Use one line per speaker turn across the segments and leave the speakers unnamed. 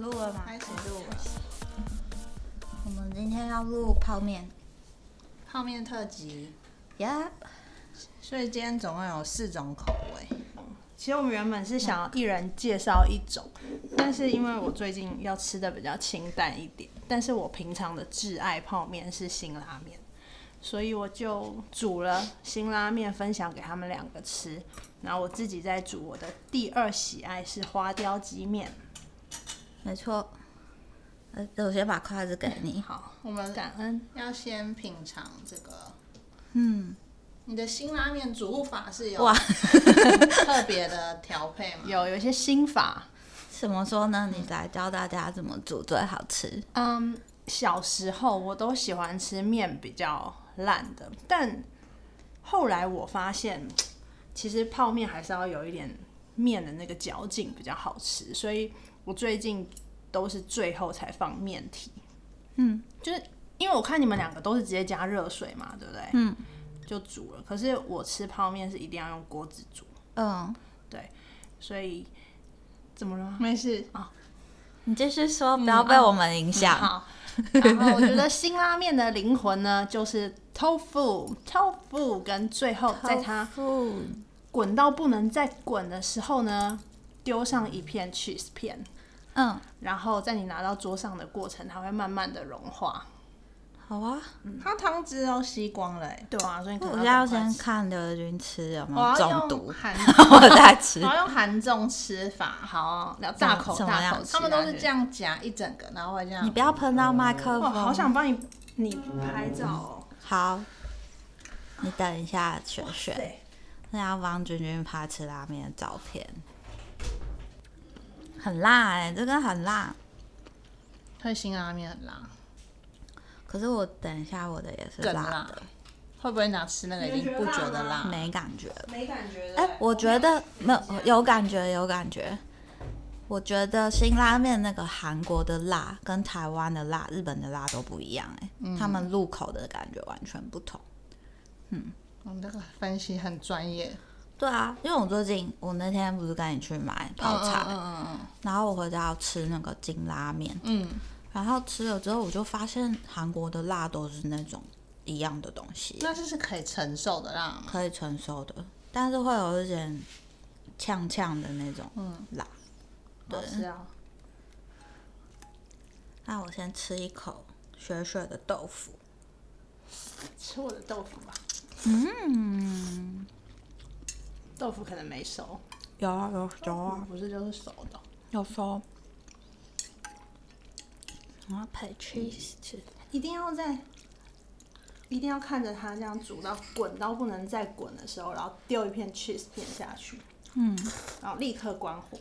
录了吗？
开始录了
我们今天要录泡面
泡面特辑，
呀
所以今天总共有四种口味。
其实我们原本是想要一人介绍一种，但是因为我最近要吃的比较清淡一点，但是我平常的挚爱泡面是辛拉面，所以我就煮了辛拉面分享给他们两个吃，然后我自己在煮我的第二喜爱是花雕鸡面。
没错。呃，我先把筷子给你。
好，
我们
感恩
要先品尝这个，
嗯，
你的辛拉面煮法是有
哇
特别的调配吗？
有有一些心法，
怎么说呢？你来教大家怎么煮最好吃。
嗯，小时候我都喜欢吃面比较烂的，但后来我发现，其实泡面还是要有一点面的那个嚼劲比较好吃，所以我最近都是最后才放面体。
嗯，
就是因为我看你们两个都是直接加热水嘛，对不对？
嗯，
就煮了。可是我吃泡面是一定要用锅子煮，
嗯，
所以怎么了吗？
没事，
你继续说，不要被我们影响。
嗯好，然后我觉得辛拉面的灵魂呢，就是 tofu，tofu 跟最后在它
付
滚到不能再滚的时候呢，丢上一片 cheese 片，
嗯，
然后在你拿到桌上的过程，它会慢慢的融化。
好啊。
它汤汁都吸光了、欸，
对啊，所以你可
嗯我
能
现在要
赶快
先
吃
看刘军吃有没
我
有
要
中
用
毒，
韩，
我再吃
我。要用韩众吃法。
好啊，要大口
怎么
大
样
口吃啊，
他们都是这
样。
样夹一整个，然后会这
你
样
不。要喷到麦克
哇，
风。
好想帮你你拍照哦。
好，你等一下选选，
对，
那要帮君君拍吃拉面的照片，很辣哎、这个很辣。
会辛拉面很辣，
可是我等一下我的也是
更
辣
辣
的，。
会不会拿吃那个已经不觉得辣？
没感觉。
没感觉的。
哎、我觉得没有有感觉，有感觉。我觉得辛拉面那个韩国的辣跟台湾的辣、日本的辣都不一样哎、
嗯
他们入口的感觉完全不同。
我们这个分析很专业。
对啊，因为我最近我那天不是跟你去买泡菜，
嗯嗯
然后我回家要吃那个金拉面，
嗯嗯，
然后吃了之后，我就发现韩国的辣都是那种一样的东西，
那这是可以承受的辣吗？
可以承受的，但是会有一点呛呛的那种辣。
好吃啊，
那我先吃一口雪雪的豆腐，
吃我的豆腐吧。
嗯，
豆腐可能没熟，
有啊有有
哇，
啊
不是就是熟的。
有熟。我要配 cheese 吃，
一定要在，一定要看着它这样煮到滚到不能再滚的时候，然后丢一片 cheese 片下去，
嗯，
然后立刻关火，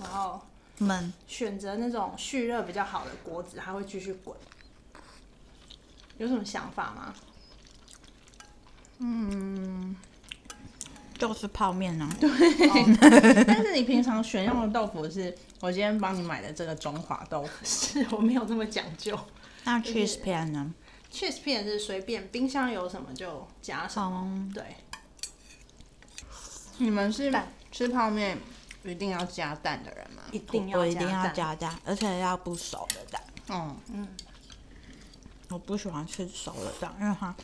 然后
焖
选择那种蓄热比较好的锅子，它会继续滚。有什么想法吗？
就是泡面啊。
但是你平常选用的豆腐是我今天帮你买的这个中华豆腐，
是我没有这么讲究
那 cheese 片呢？
，cheese 片是随便冰箱有什么就加什么，
嗯，
对，
你们是
蛋
吃泡面一定要加蛋的人吗？
一定要
我一定要
蛋，
加蛋，而且要不熟的蛋。
嗯，
我不喜欢吃熟的蛋，因为它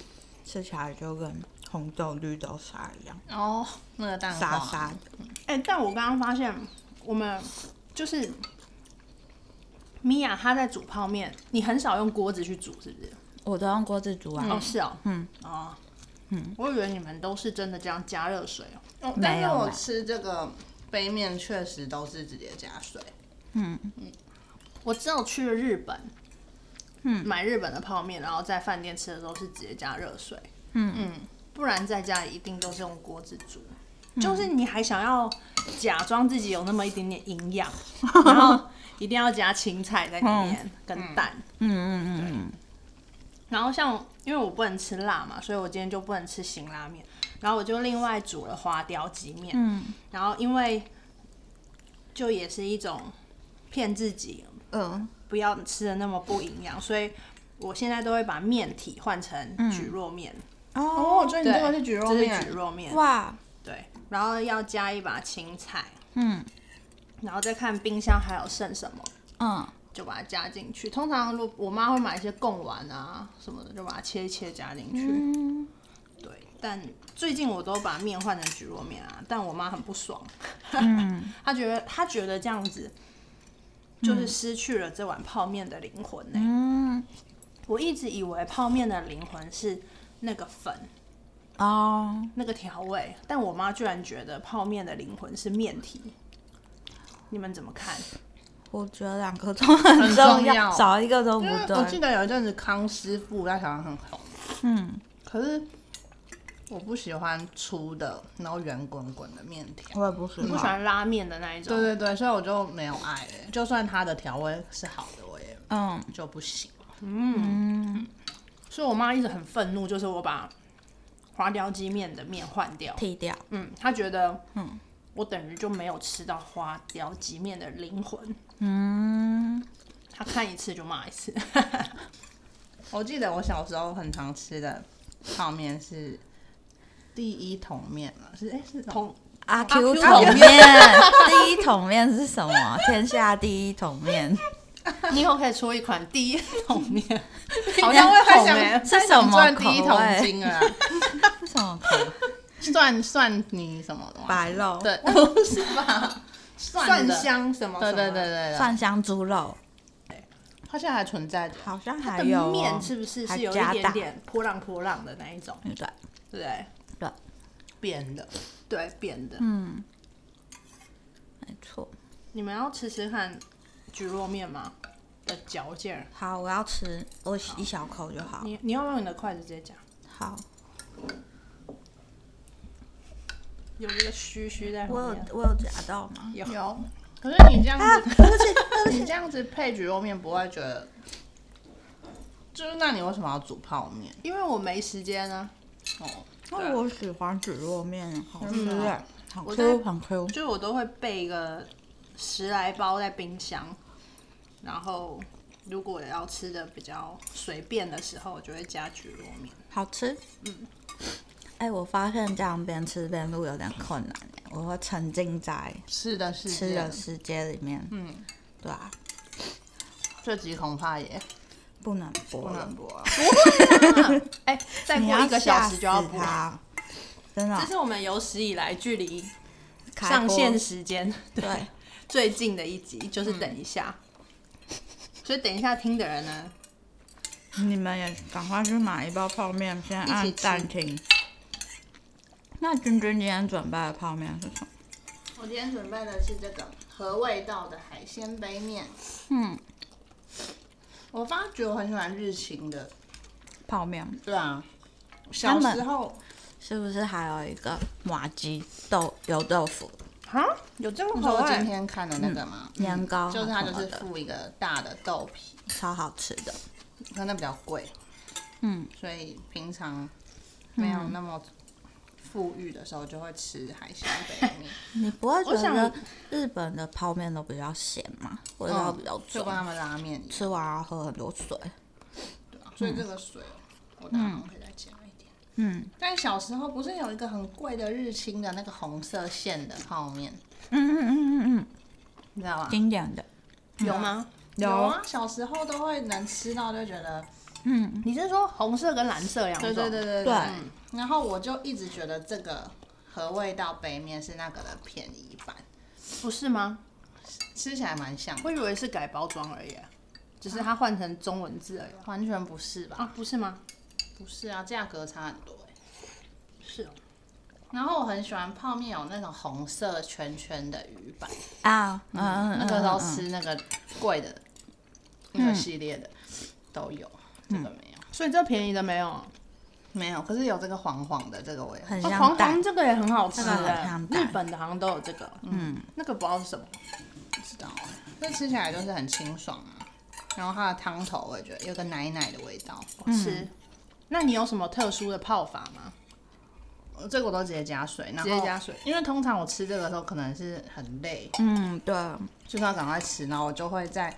吃起来就跟红豆绿豆沙一样，
哦，那个蛋
沙
黄
沙的。
哎、但我刚刚发现，我们就是米娅她在煮泡面，你很少用锅子去煮，是不是？
我都用锅子煮啊。
哦，是哦，
嗯，
哦，嗯，我以为你们都是真的这样加热水哦。
哦但
没
是
有
我
买
吃这个杯面确实都是直接加水，
我只有去了日本，
嗯
买日本的泡面，然后在饭店吃的时候是直接加热水，
嗯
不然在家里一定都是用锅子煮。
嗯
就是你还想要假装自己有那么一点点营 养，然后一定要加青菜在里面跟蛋，
嗯嗯嗯嗯，
然后像因为我不能吃辣嘛，所以我今天就不能吃辛拉面，然后我就另外煮了花雕鸡面。
嗯，
然后因为就也是一种骗自己
嗯
不要吃的那么不营养，所以我现在都会把面体换成蒟蒻面。
哦，
所以
对，
蒟
这是蒟蒻面。
哇，
对，然后要加一把青菜，
嗯
然后再看冰箱还有剩什么，
嗯，
就把它加进去。通常如我妈会买一些贡丸啊什么的，就把它切一切加进去。
嗯
对，但最近我都把面换成蒟蒻面啊，但我妈很不爽，
嗯
她觉得她觉得这样子就是失去了这碗泡面的灵魂呢、
嗯，
我一直以为泡面的灵魂是那个粉、
哦，
那个调味，但我妈居然觉得泡面的灵魂是面体。你们怎么看？
我觉得两个都很
很
重
重要
少一个都不
因为啊我记
对。
得有一阵子康师傅在台湾很红，
嗯，
可是我不喜欢粗的，然后圆滚滚的面条。
我也不喜
不喜
欢。
欢拉面的那一种。
对对对，所以我就没有爱、欸。就算它的调味是好的，我也
嗯，
就不行。
所以我妈一直很愤怒，就是我把花雕鸡面的面换掉。
剃掉。
嗯，她觉得，嗯，我等于就没有吃到花雕鸡面的灵魂。
嗯，
她看一次就骂一次。
我记得我小时候很常吃的泡面是第一桶面嘛，是哎、是
同
阿
Q
Q
桶
桶面，第一桶面是什么？天下第一桶面，
你以后可以出一款第一桶面，
好像会
很
很
想
想
是
很
什
想
么
赚
口
第一桶
味
金啊，
是 什么口味？
蒜蒜泥什么 的吗？
白肉，
对， 不是吧？
蒜
的，
香什么什么
对对对对对，
蒜香猪肉，
它现在还存在着。
好像
它
还
的
有哦
面是不是
还
是有
加
一
大
点点波浪波浪的那一种，
对，
对不对？
变的，
对，扁的。
嗯，没错。
你们要吃吃看蒟蒻面吗？的嚼劲儿，
好，我要吃，我一小口就好。
你你要不要用你的筷子直接夹？
好，
有一个须须在
我
后
有
面。
我有夹到吗？
有
有。可是你这样
啊，
子，
对不起，对不
你
起。
这样子配焗肉面不会觉得，就是那你为什么要煮泡面？
因为我没时间啊，
哦，
那我喜欢蒟蒻面，好吃
嗯
耶，好
啊我
Q
在
很 Q。
就是我都会备一个十来包在冰箱，然后如果要吃的比较随便的时候，我就会加焗肉面。
好吃。嗯。哎、我发现这样边吃边录有点困难耶，我会沉浸在
是的，是
吃的
的，
世界里面。嗯，对啊，
这集恐怕也
不能播
不
了，
能播啊。
哎、再
你
过一个小时就要
吓死
播，
它。真的
这是我们有史以来距离
开
上
播
线时间
对，
最近的一集，就是等一下。所以等一下听的人呢，
你们也赶快去买一包泡面，先按
一起吃
暂停。那君君今天准备的泡面是什么？
我今天准备的是这个和味道的海鲜杯面。
嗯，
我发觉我很喜欢日清的，
泡面
对啊，小
们
时候
是不是还有一个麻鸡豆油豆腐
啊，有这么
你说
好
我今
味？
天看的那个吗？
年糕、
就是它
什
就
么
是
的
附一个大的豆皮，
超好吃的。
可能比较贵，
嗯，
所以平常没有那么富裕的时候就会吃海鲜杯 面，
你不会觉
我想
得日本的泡面都比较咸吗？味道比较
哦就
重，
跟他们拉面一样，
吃完要喝很多水。
对啊所以这个水我当然可以再加一点。
嗯
但小时候不是有一个很贵的日清的那个红色线的泡面，
嗯嗯嗯嗯嗯，
你知道吗？
经典的。
有吗？
有
啊，小时候都会能吃到，就觉得
嗯，
你是说红色跟蓝色两种？
对对对对
对
嗯然后我就一直觉得这个和味道杯面是那个的便宜版，
不是吗？
吃起来蛮像的，
我以为是改包装而已啊，只是它换成中文字而已
完全不是吧？
啊，不是吗？
不是啊，价格差很多欸
是哦，
然后我很喜欢泡面有那种红色圈圈的鱼板，
啊，嗯嗯，
那个时候
嗯嗯
吃那个贵的那个系列的都有，这个没有。
所以这便宜的没有啊，
嗯没有，可是有这个黄黄的，这个我也
很
哦
像
黄
蛋
黄这个也很好吃
那个很
哎
像，蛋
日本的好像都有这个，嗯，那个不知道是什么，
不知道哎、那吃起来就是很清爽啊。然后它的汤头我也觉得有个奶奶的味道，
好吃。那你有什么特殊的泡法吗？
我这个我都直接加水，然后
直接加水，
因为通常我吃这个的时候可能是很累，
嗯，对，
就是要赶快吃，然后我就会在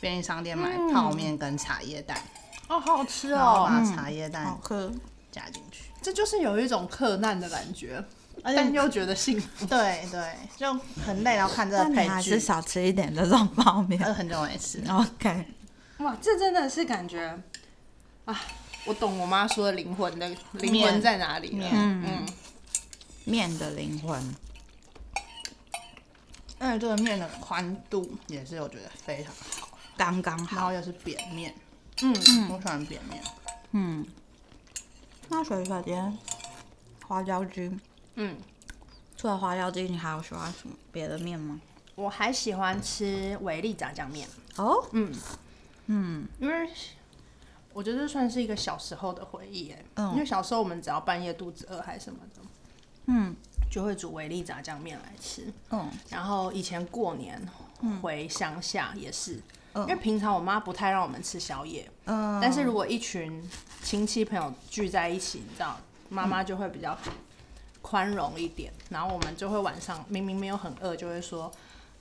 便利商店买泡面跟茶叶蛋，
哦，好好吃
然后
哦，
把茶叶蛋
好喝。
加进去。
这就是有一种克难的感觉，
而
但
且
又觉得幸福。
对对，就很累，然后看这个
但你
配
还是
剧，
少吃一点这种泡面。
呃，很久没吃。
OK，
哇，这真的是感觉啊，我懂我妈说的灵魂的灵魂
面
在哪里了。
面
嗯，
面的灵魂，
嗯，这个面的宽度也是我觉得非常好，
刚刚
然
好。
后又是扁面，
嗯
我喜欢扁面。
嗯，那水水今天花椒鸡，
嗯，
除了花椒鸡，你还有喜欢什么别的面吗？
我还喜欢吃维力炸酱面，
哦，嗯
因为我觉得这算是一个小时候的回忆耶。
嗯
因为小时候我们只要半夜肚子饿还是什么的，
嗯
就会煮维力炸酱面来吃。
嗯，
然后以前过年回乡下也是，
嗯
因为平常我妈不太让我们吃宵夜，
嗯
但是如果一群亲戚朋友聚在一起，你知道，妈妈就会比较宽容一点，然后我们就会晚上明明没有很饿，就会说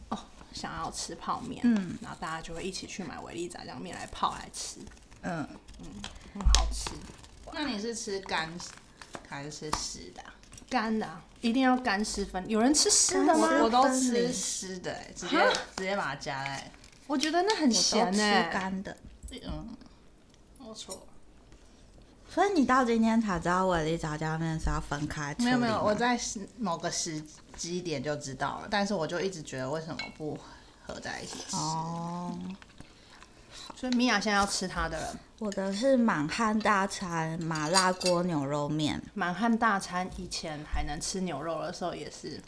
哦想要吃泡面，嗯，然后大家就会一起去买维力炸酱面来泡来吃，
嗯，
呃
很好吃，
那你是吃干还是吃湿的啊？
干的、啊、一定要干湿分，有人吃湿的
干
吗？
湿
我我都
分离
吃湿的、欸，直接
哈
直接把它加在，
我觉得那很
我
咸欸
都吃
呢、
欸
干的。
嗯，我错了。
所以你到今天才知道维力炸酱面是要分开处
没有没
理
有，
吗
我在时某个时机点就知道了，但是我就一直觉得为什么不合在一起吃？
哦，
所以米娅现在要吃它的了。
我的是满汉大餐麻辣锅牛肉面。
满汉大餐以前还能吃牛肉的时候也是，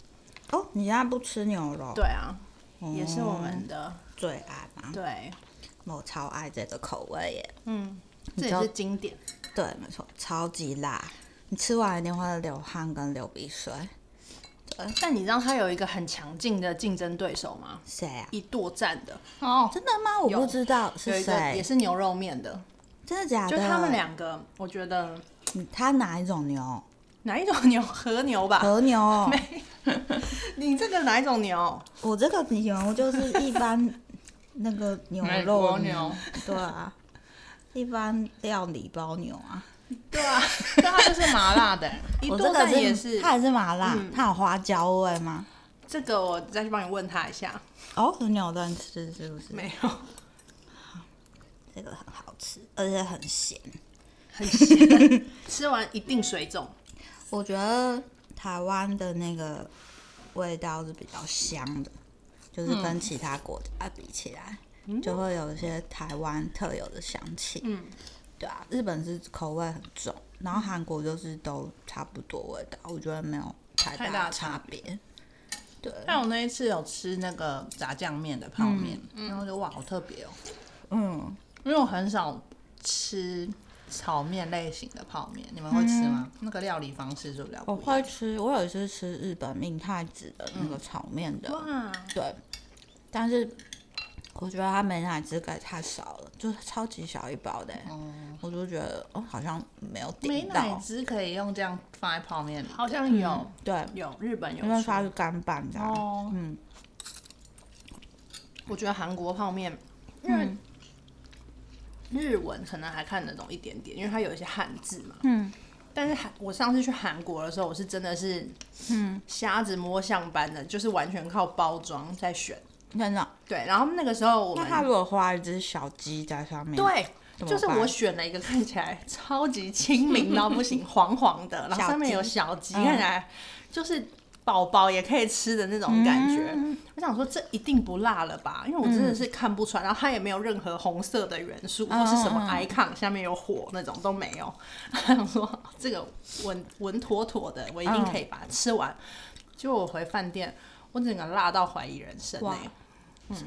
哦，你现在不吃牛肉？
对啊，
哦，
也是我们的
最爱嘛。
对，
我超爱这个口味耶。
嗯，
你
这
知道
也是经典。
对，没错，超级辣，你吃完一定会流汗跟流鼻水。
呃但你知道他有一个很强劲的竞争对手吗？
谁啊？
一剁战的，
哦，
真的吗？我不知道
有
是
一个也
谁，
是牛肉面的，
真的假的？
就他们两个，我觉得
嗯，他哪一种牛？
哪一种牛 和牛吧？
和牛哦。
你这个哪一种牛？
我这个牛就是 一般那个牛
美
肉
国牛，
对啊，一般料理包牛啊。
对 啊，
但它就是麻辣的、欸
一
我
剁
这个
战也是
它也是麻辣，
嗯
它有花椒味吗？
这个，我再去帮你问他一下。
哦，和牛乱吃是不是？
没有，
这个很好吃，而且很咸。
很咸， 吃完一定水肿。
我觉得台湾的那个味道是比较香的，就是跟其他国家比起来，就会有一些台湾特有的香气。
嗯，
对啊，日本是口味很重，然后韩国就是都差不多味道，我觉得没有太
太
大
大
的差
差
别。对，
但我那一次有吃那个炸酱面的泡面，然后就哇，好特别哦，
嗯，
因为我很少吃炒面类型的泡面，你们会吃吗？那个料理方式是不是
我
不一样？
会吃，我有一次吃日本明太子的那个炒面的，
哇，
对，但是我觉得它美乃滋给太少了，就是超级小一包的欸、
哦
我就觉得哦，好像没有
美
顶
乃
到，
滋可以用这样放在泡面里，嗯
好像有、
对，
嗯有日本有
因为
出
它是干拌的啊、
哦，
嗯，
我觉得韩国泡面，因为日文可能还看得懂一点点，因为它有一些汉字嘛。
嗯。
但是韩，我上次去韩国的时候，我是真的是，嗯，瞎子摸象般的，就是完全靠包装在选。
真的。
对，然后那个时候我
那它
们
如果画一只小鸡在上面，，
对，
怎
嗯
么
就是
办
我选了一个看起来超级亲民到不行，黄黄的，然后上面有小鸡，
嗯
看起来就是宝宝也可以吃的那种感觉。
嗯
我想说这一定不辣了吧，因为我真的是看不出来，然后它也没有任何红色的元素或
嗯
是什么
嗯
icon 下面有火那种都没有。 我想说这个稳稳妥妥的，我一定可以把它吃完。结果我回饭店，我整个辣到怀疑人生
哇
欸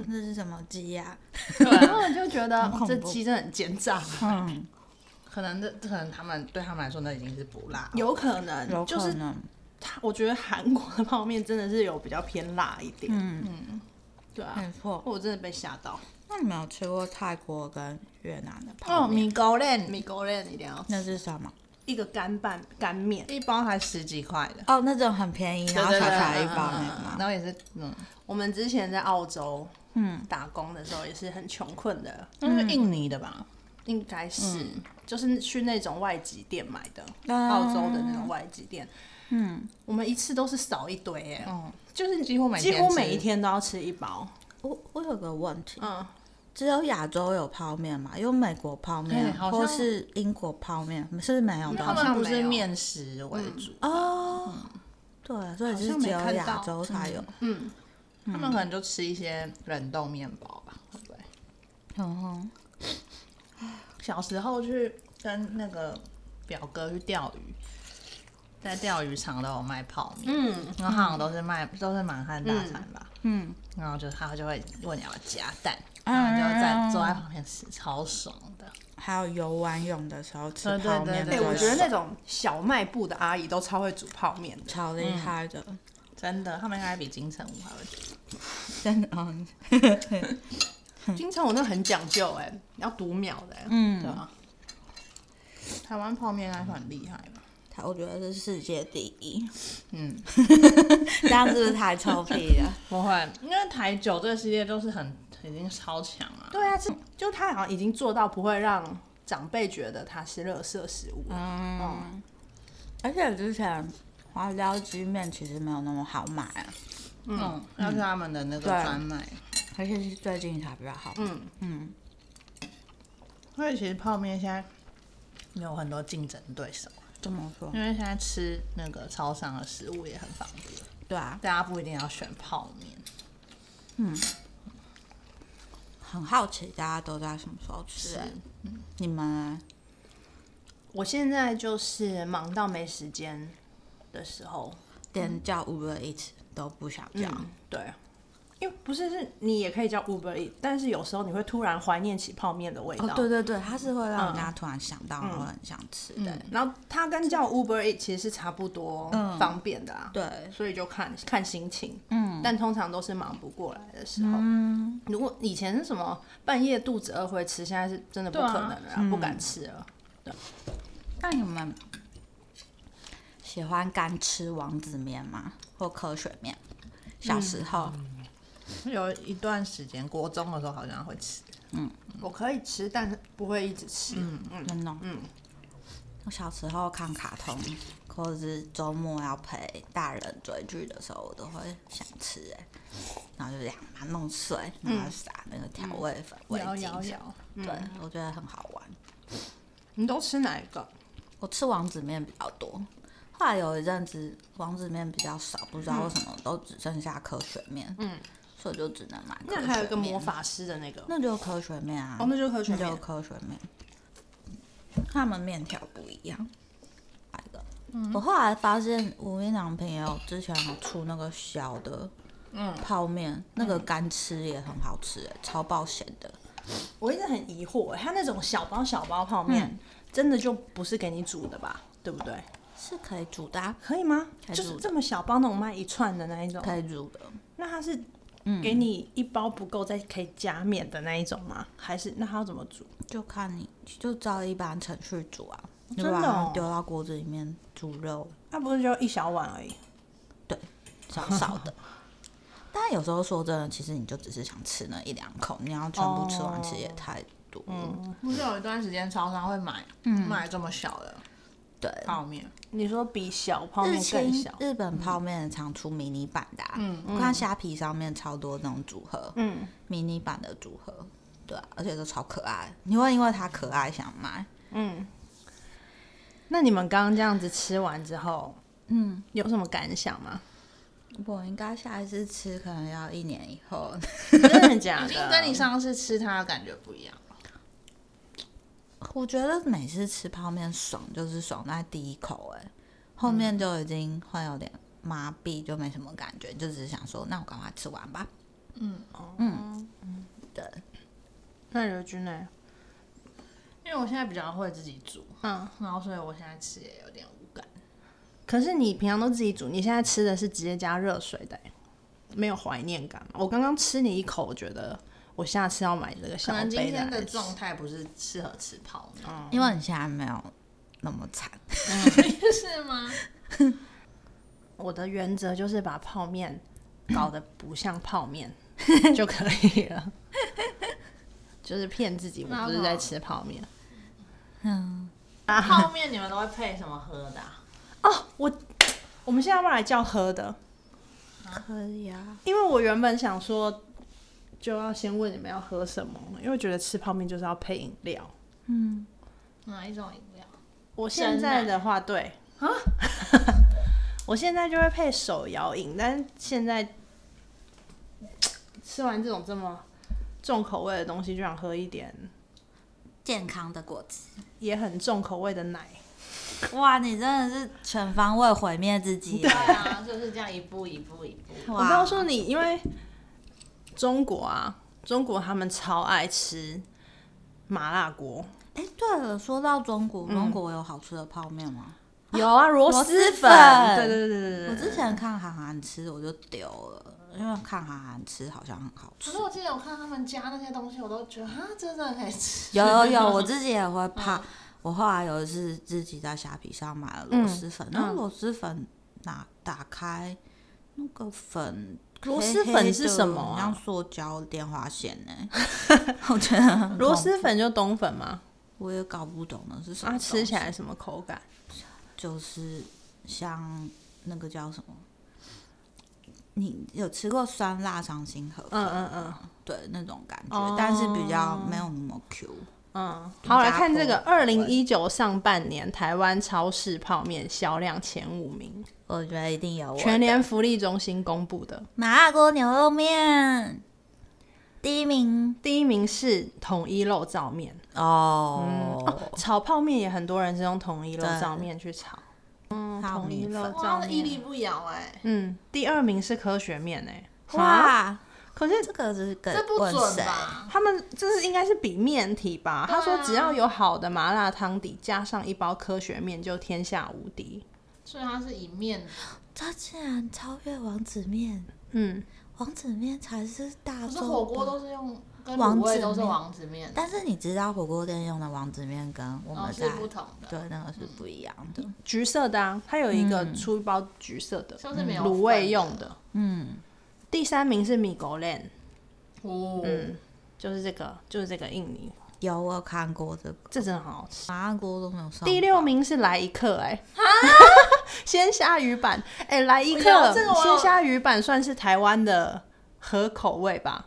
这是什么鸡呀、
对，然后我就觉得
恐怖
这鸡真的很奸诈。
嗯，
可能这可能他们对他们来说那已经是不辣了，
有可能，
有
就
可
是
能。
它我觉得韩国的泡面真的是有比较偏辣一点，
嗯
对啊，
嗯
没错。
我真的被吓到。
那你们有吃过泰国跟越南的泡
哦，
面？
米糕链
米狗链一定要
那是什么？
一个干拌干面，
一包还十几块的，
哦，那种很便宜，然后
对
小
对对
小一包
嗯
那
嗯
个吗？
然后也是嗯，
我们之前在澳洲
嗯
打工的时候也是很穷困的，
那是印尼的吧？
应
嗯
该是、就是去那种外籍店买的，
啊
澳洲的那种外籍店。嗯，我们一次都是扫一堆耶，
嗯，
就是
几乎每
几
天
乎
吃
每一天都要吃一包。
我我有个问题，
嗯，
只有亚洲有泡面嘛？有美国泡
对
面，
好像
或是英国泡面，是不是没有
他
吧？
们不是面食为主，
哦，对，所以是只
好像没
有
看
亚
到嗯
洲才有。
他们可能就吃一些冷冻面包吧，会不会？
嗯哼，
小时候去跟那个表哥去钓鱼，在钓鱼场都有卖泡面，
嗯，
然后好像都是卖都是满汉大餐吧，
嗯，
然后就他就会问你要不要加蛋，
嗯
然后就在坐在旁边吃，超爽的。
还有游完泳的时候吃
对对
泡面，
对
哎、
对
我觉得那种小卖部的阿姨都超会煮泡面的。
超厉害的，
真的，他们应该比金城武还会吃。
真的。嗯
金城武那很讲究哎、要读秒的、哎
对
嗯，
啊，台湾泡面应该算很厉害吧？
他我觉得是世界第 一，
嗯，
这样是不是太臭屁了？
不会，因为台酒这个系列都是很已经超强了。
对啊，这就他好像已经做到不会让长辈觉得它是垃圾食物了。哦
嗯， 而且之前花椒鸡面其实没有那么好买啊，
嗯，要是他们的那个
对
专卖，
而且是最近才比较好买。
嗯
嗯，
所以其实泡面现在有很多竞争对手，
这么说，
因为现在吃那个超商的食物也很方便，
对啊，
大家不一定要选泡面。
很好奇大家都在什么时候吃、欸？你们啊
我现在就是忙到没时间的时候，
连叫 Uber Eats 都不想叫，
嗯，对，因为不是是你也可以叫 Uber Eat，但是有时候你会突然怀念起泡面的味道。
哦，对对对，它是会让人家突然想到，然后很想吃的。
然后它跟叫 Uber Eat 其实是差不多
嗯
方便的啊。
对，
所以就看看心情，
嗯，
但通常都是忙不过来的时候。
嗯，
如果以前是什么半夜肚子饿会吃，现在是真的不
对啊
可能了啊、不敢吃了。
那你们喜欢干吃王子面吗？或科学面？小时候，
嗯
有一段时间，国中的时候好像会吃，
我可以吃，但是不会一直吃。嗯
真的哦，
嗯
我小时候看卡通，或者是周末要陪大人追剧的时候，我都会想吃哎、然后就这样把它弄碎，然后撒那个调味粉、
嗯
味
摇摇
精，
摇。
对、我觉得很好玩。
你都吃哪一个？
我吃王子面比较多，后来有一阵子王子面比较少，不知道
嗯
为什么都只剩下科学面，嗯，所以就只能买科学
那
面。
还有一个魔，法师的那个，
那就科学面啊，
哦，那就是科学
那就
面。
科学面，他们面条不一样。哪一个？
嗯
我后来发现无印良品也有之前有出那个小的，嗯，泡面，那个干吃也很好吃、欸，超爆咸的。
我一直很疑惑，它那种小包小包泡面，真的就不是给你煮的吧？对不对？
是可以煮的啊、
可以吗？
可以
就
煮
是
的
这么小包那种卖一串的那一种，
可以煮的。
那它是给你一包不够再可以加面的那一种吗？还是那它要怎么煮？
就看你就照一般程序煮啊，你
真的
把它
哦
丢到锅子里面煮肉，
它不是就一小碗而已？
少少的。但有时候说真的，其实你就只是想吃那一两口，你要全部吃完，
哦
其实也太多。
不是有一段时间超商会买、
嗯
买这么小的
对，
泡面，
你说比小泡
日
面更
清
小？
日本泡面常出迷你版的、啊，嗯，我看虾皮上面超多那种组合，
嗯，
迷你版的组合，对、啊，而且都超可爱。你会因为它可爱想买？
嗯那你们刚刚这样子吃完之后，嗯，有什么感想吗？
我应该下一次吃可能要一年以后，
真的假
已经
的？
跟你上次吃它的感觉不一样了。
我觉得每次吃泡面爽就是爽在第一口、欸，哎，后面就已经会有点麻痹，就没什么感觉，就只是想说，那我赶快吃完吧。
哦
嗯，嗯，嗯，
那刘军呢？
因为我现在比较会自己煮，
嗯，
然后所以我现在吃也有点无感。
可是你平常都自己煮，你现在吃的是直接加热水的欸、没有怀念感吗。我刚刚吃你一口，我觉得我下次要买这个
可
小
能今
杯
天
来
的
吃
状态不是适合吃泡面，
嗯
对，因为你现在没有那么惨，
是吗？
我的原则就是把泡面搞 得不像泡面 就可以了，就是骗自己我不是在吃泡面。
嗯，
泡面你们都会配什么喝的啊、
哦，我我们现在要不要来叫喝的？
可以啊，
因为我原本想说，就要先问你们要喝什么，因为我觉得吃泡面就是要配饮料。
嗯，
哪一种饮料？
我现在的话，对
啊，
我现在就会配手摇饮，但是现在吃完这种这么重口味的东西，就想喝一点
健康的果汁。
也很重口味的奶。
哇，你真的是全方位毁灭自己欸耶。
对啊，就是这样一步一步一步。
我
我告诉你，因为中国啊，中国他们超爱吃麻辣锅，
哎、对了，说到中国，中国有好吃的泡面吗？
有 啊，螺蛳
螺蛳
粉，
粉
对对对对对
我
对
之前看韩寒吃，我就丢了，因为看韩寒吃好像很好
可
吃
是。我记得我看他们家那些东西，我都觉得啊，真的可以吃。
有有 有，我自己也会怕。
嗯
我后来有一次自己在虾皮上买了螺蛳粉，
嗯
那螺蛳粉拿打开那个粉。
螺
黑
蛳
黑
粉是
的
什么啊
很像塑胶电话线呢、我觉得很
螺
恐怖
蛳粉就冬粉嘛，
我也搞不懂那是什
啊，
么东西。
吃起来什么口感？
就是像那个叫什么？你有吃过酸辣伤心河粉
嗯
吗？
嗯嗯
对那种感觉，
哦
但是比较没有那么 Q。
嗯，好，来看这个
新加坡
二零一九上半年台湾超市泡面销量前五名，
我觉得一定有我的
全联福利中心公布的，
麻辣锅牛肉面第一名
第一名是统一肉燥面，
哦
哦，炒泡面也很多人是用统一肉
对
燥面去炒，嗯，
还有啊
统一
米
肉
粉
哇，
燥
那屹立
面，
不摇哎、
嗯，第二名是科学面哎、哇，
哇，
可是
这个是跟
这不
呃问
准
谁？
吧？
他们这是应该是比面体吧？
对
他
啊
说只要有好的麻辣汤底，加上一包科学面，就天下无敌。
所以它是一面，
他竟然超越王子面，
嗯，
王子面才是大
可是
众。
火锅都是用跟
王
卤味
子
都是
面
王子面，
但是你知道火锅店用的王子面跟我
哦
们
是
在、
不同的，
对那个是不一样的。
橘色的啊，它有一个
嗯
出一包橘色的
是不是没有
卤味用的。
嗯，
第三名是米狗链，
分的？哦，
嗯，就是这个，就是这个印尼，
有我有看过这个
这真的很好吃。
麻辣锅都没有上。
第六，名是来一克、哎， 鲜虾鱼板，哎、来一
我
克
有这个我有
鲜虾鱼板算是台湾的合口味吧？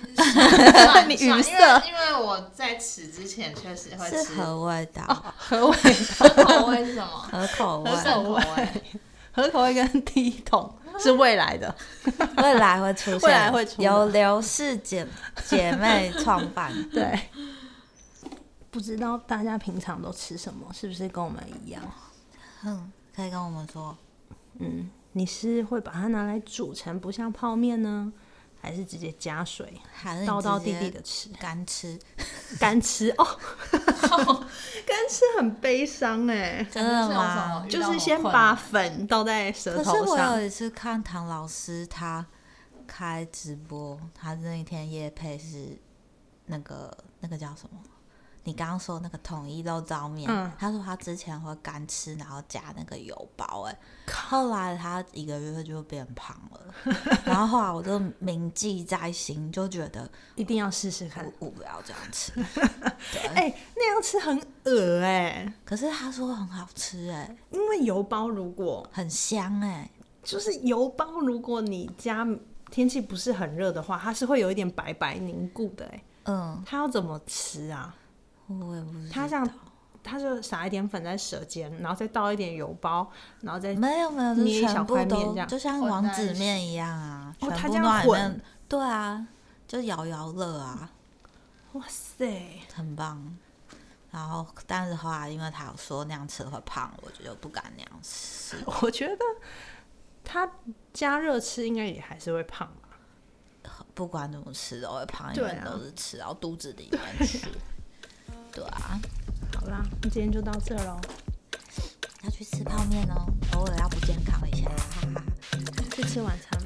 算
你
算
语
因
塞
为因为我在此之前确实会
是
吃哦
何味道？
合味，
口味是什么？
合 口味，
正口味，
合口味跟第一 桶是未来的。
未来 会出现，
未来会出
由刘氏姐姐妹创办。
对，不知道大家平常都吃什么，是不是跟我们一样？
嗯，可以跟我们说，
嗯，你是会把它拿来煮成不像泡面呢，还是直接加水
还是你
道道地
直
地
接
的吃？
干吃，
干吃哦，干吃很悲伤哎，
真的吗？
感觉是有什么遇
就
到
是先
什么困
把
难
粉倒在舌
可是
头
我
上
有。一次看唐老师他开直播，他那一天夜配是那个那个叫什么？你刚刚说那个统一肉燥面，
嗯
他说他之前会干吃，然后加那个油包、欸，哎，后来他一个月就变胖 了，然后后来我就铭记在心，就觉得
一定要试试看。
我我不要这样吃。
哎、那样吃很恶哎、
可是他说很好吃、欸，哎，
因为油包如果
很香、欸，哎，
就是油包，如果你家天气不是很热的话，它是会有一点白白凝固的、哎，
嗯，
它要怎么吃啊？
我也不知道。
它这样，它就撒一点粉在舌尖，然后再倒一点油包，然后再
没有没有，
捏
就
一小
全
块
部
面
都
这样
就像
混
王
在
子
一起
面一样啊，
哦它
全部
这样
弄在里
混
面。对啊，就摇摇乐啊，
哇塞，
很棒。然后，但是后来因为他有说那样吃会胖，我就不敢那样吃。
我觉得它加热吃应该也还是会胖吧。
不管怎么吃都会胖，因
对
为
啊
都是吃到肚子里面去。对啊，
好啦，今天就到这喽，
要去吃泡面哦，偶尔要不健康一下，哈哈哈。
去吃晚餐。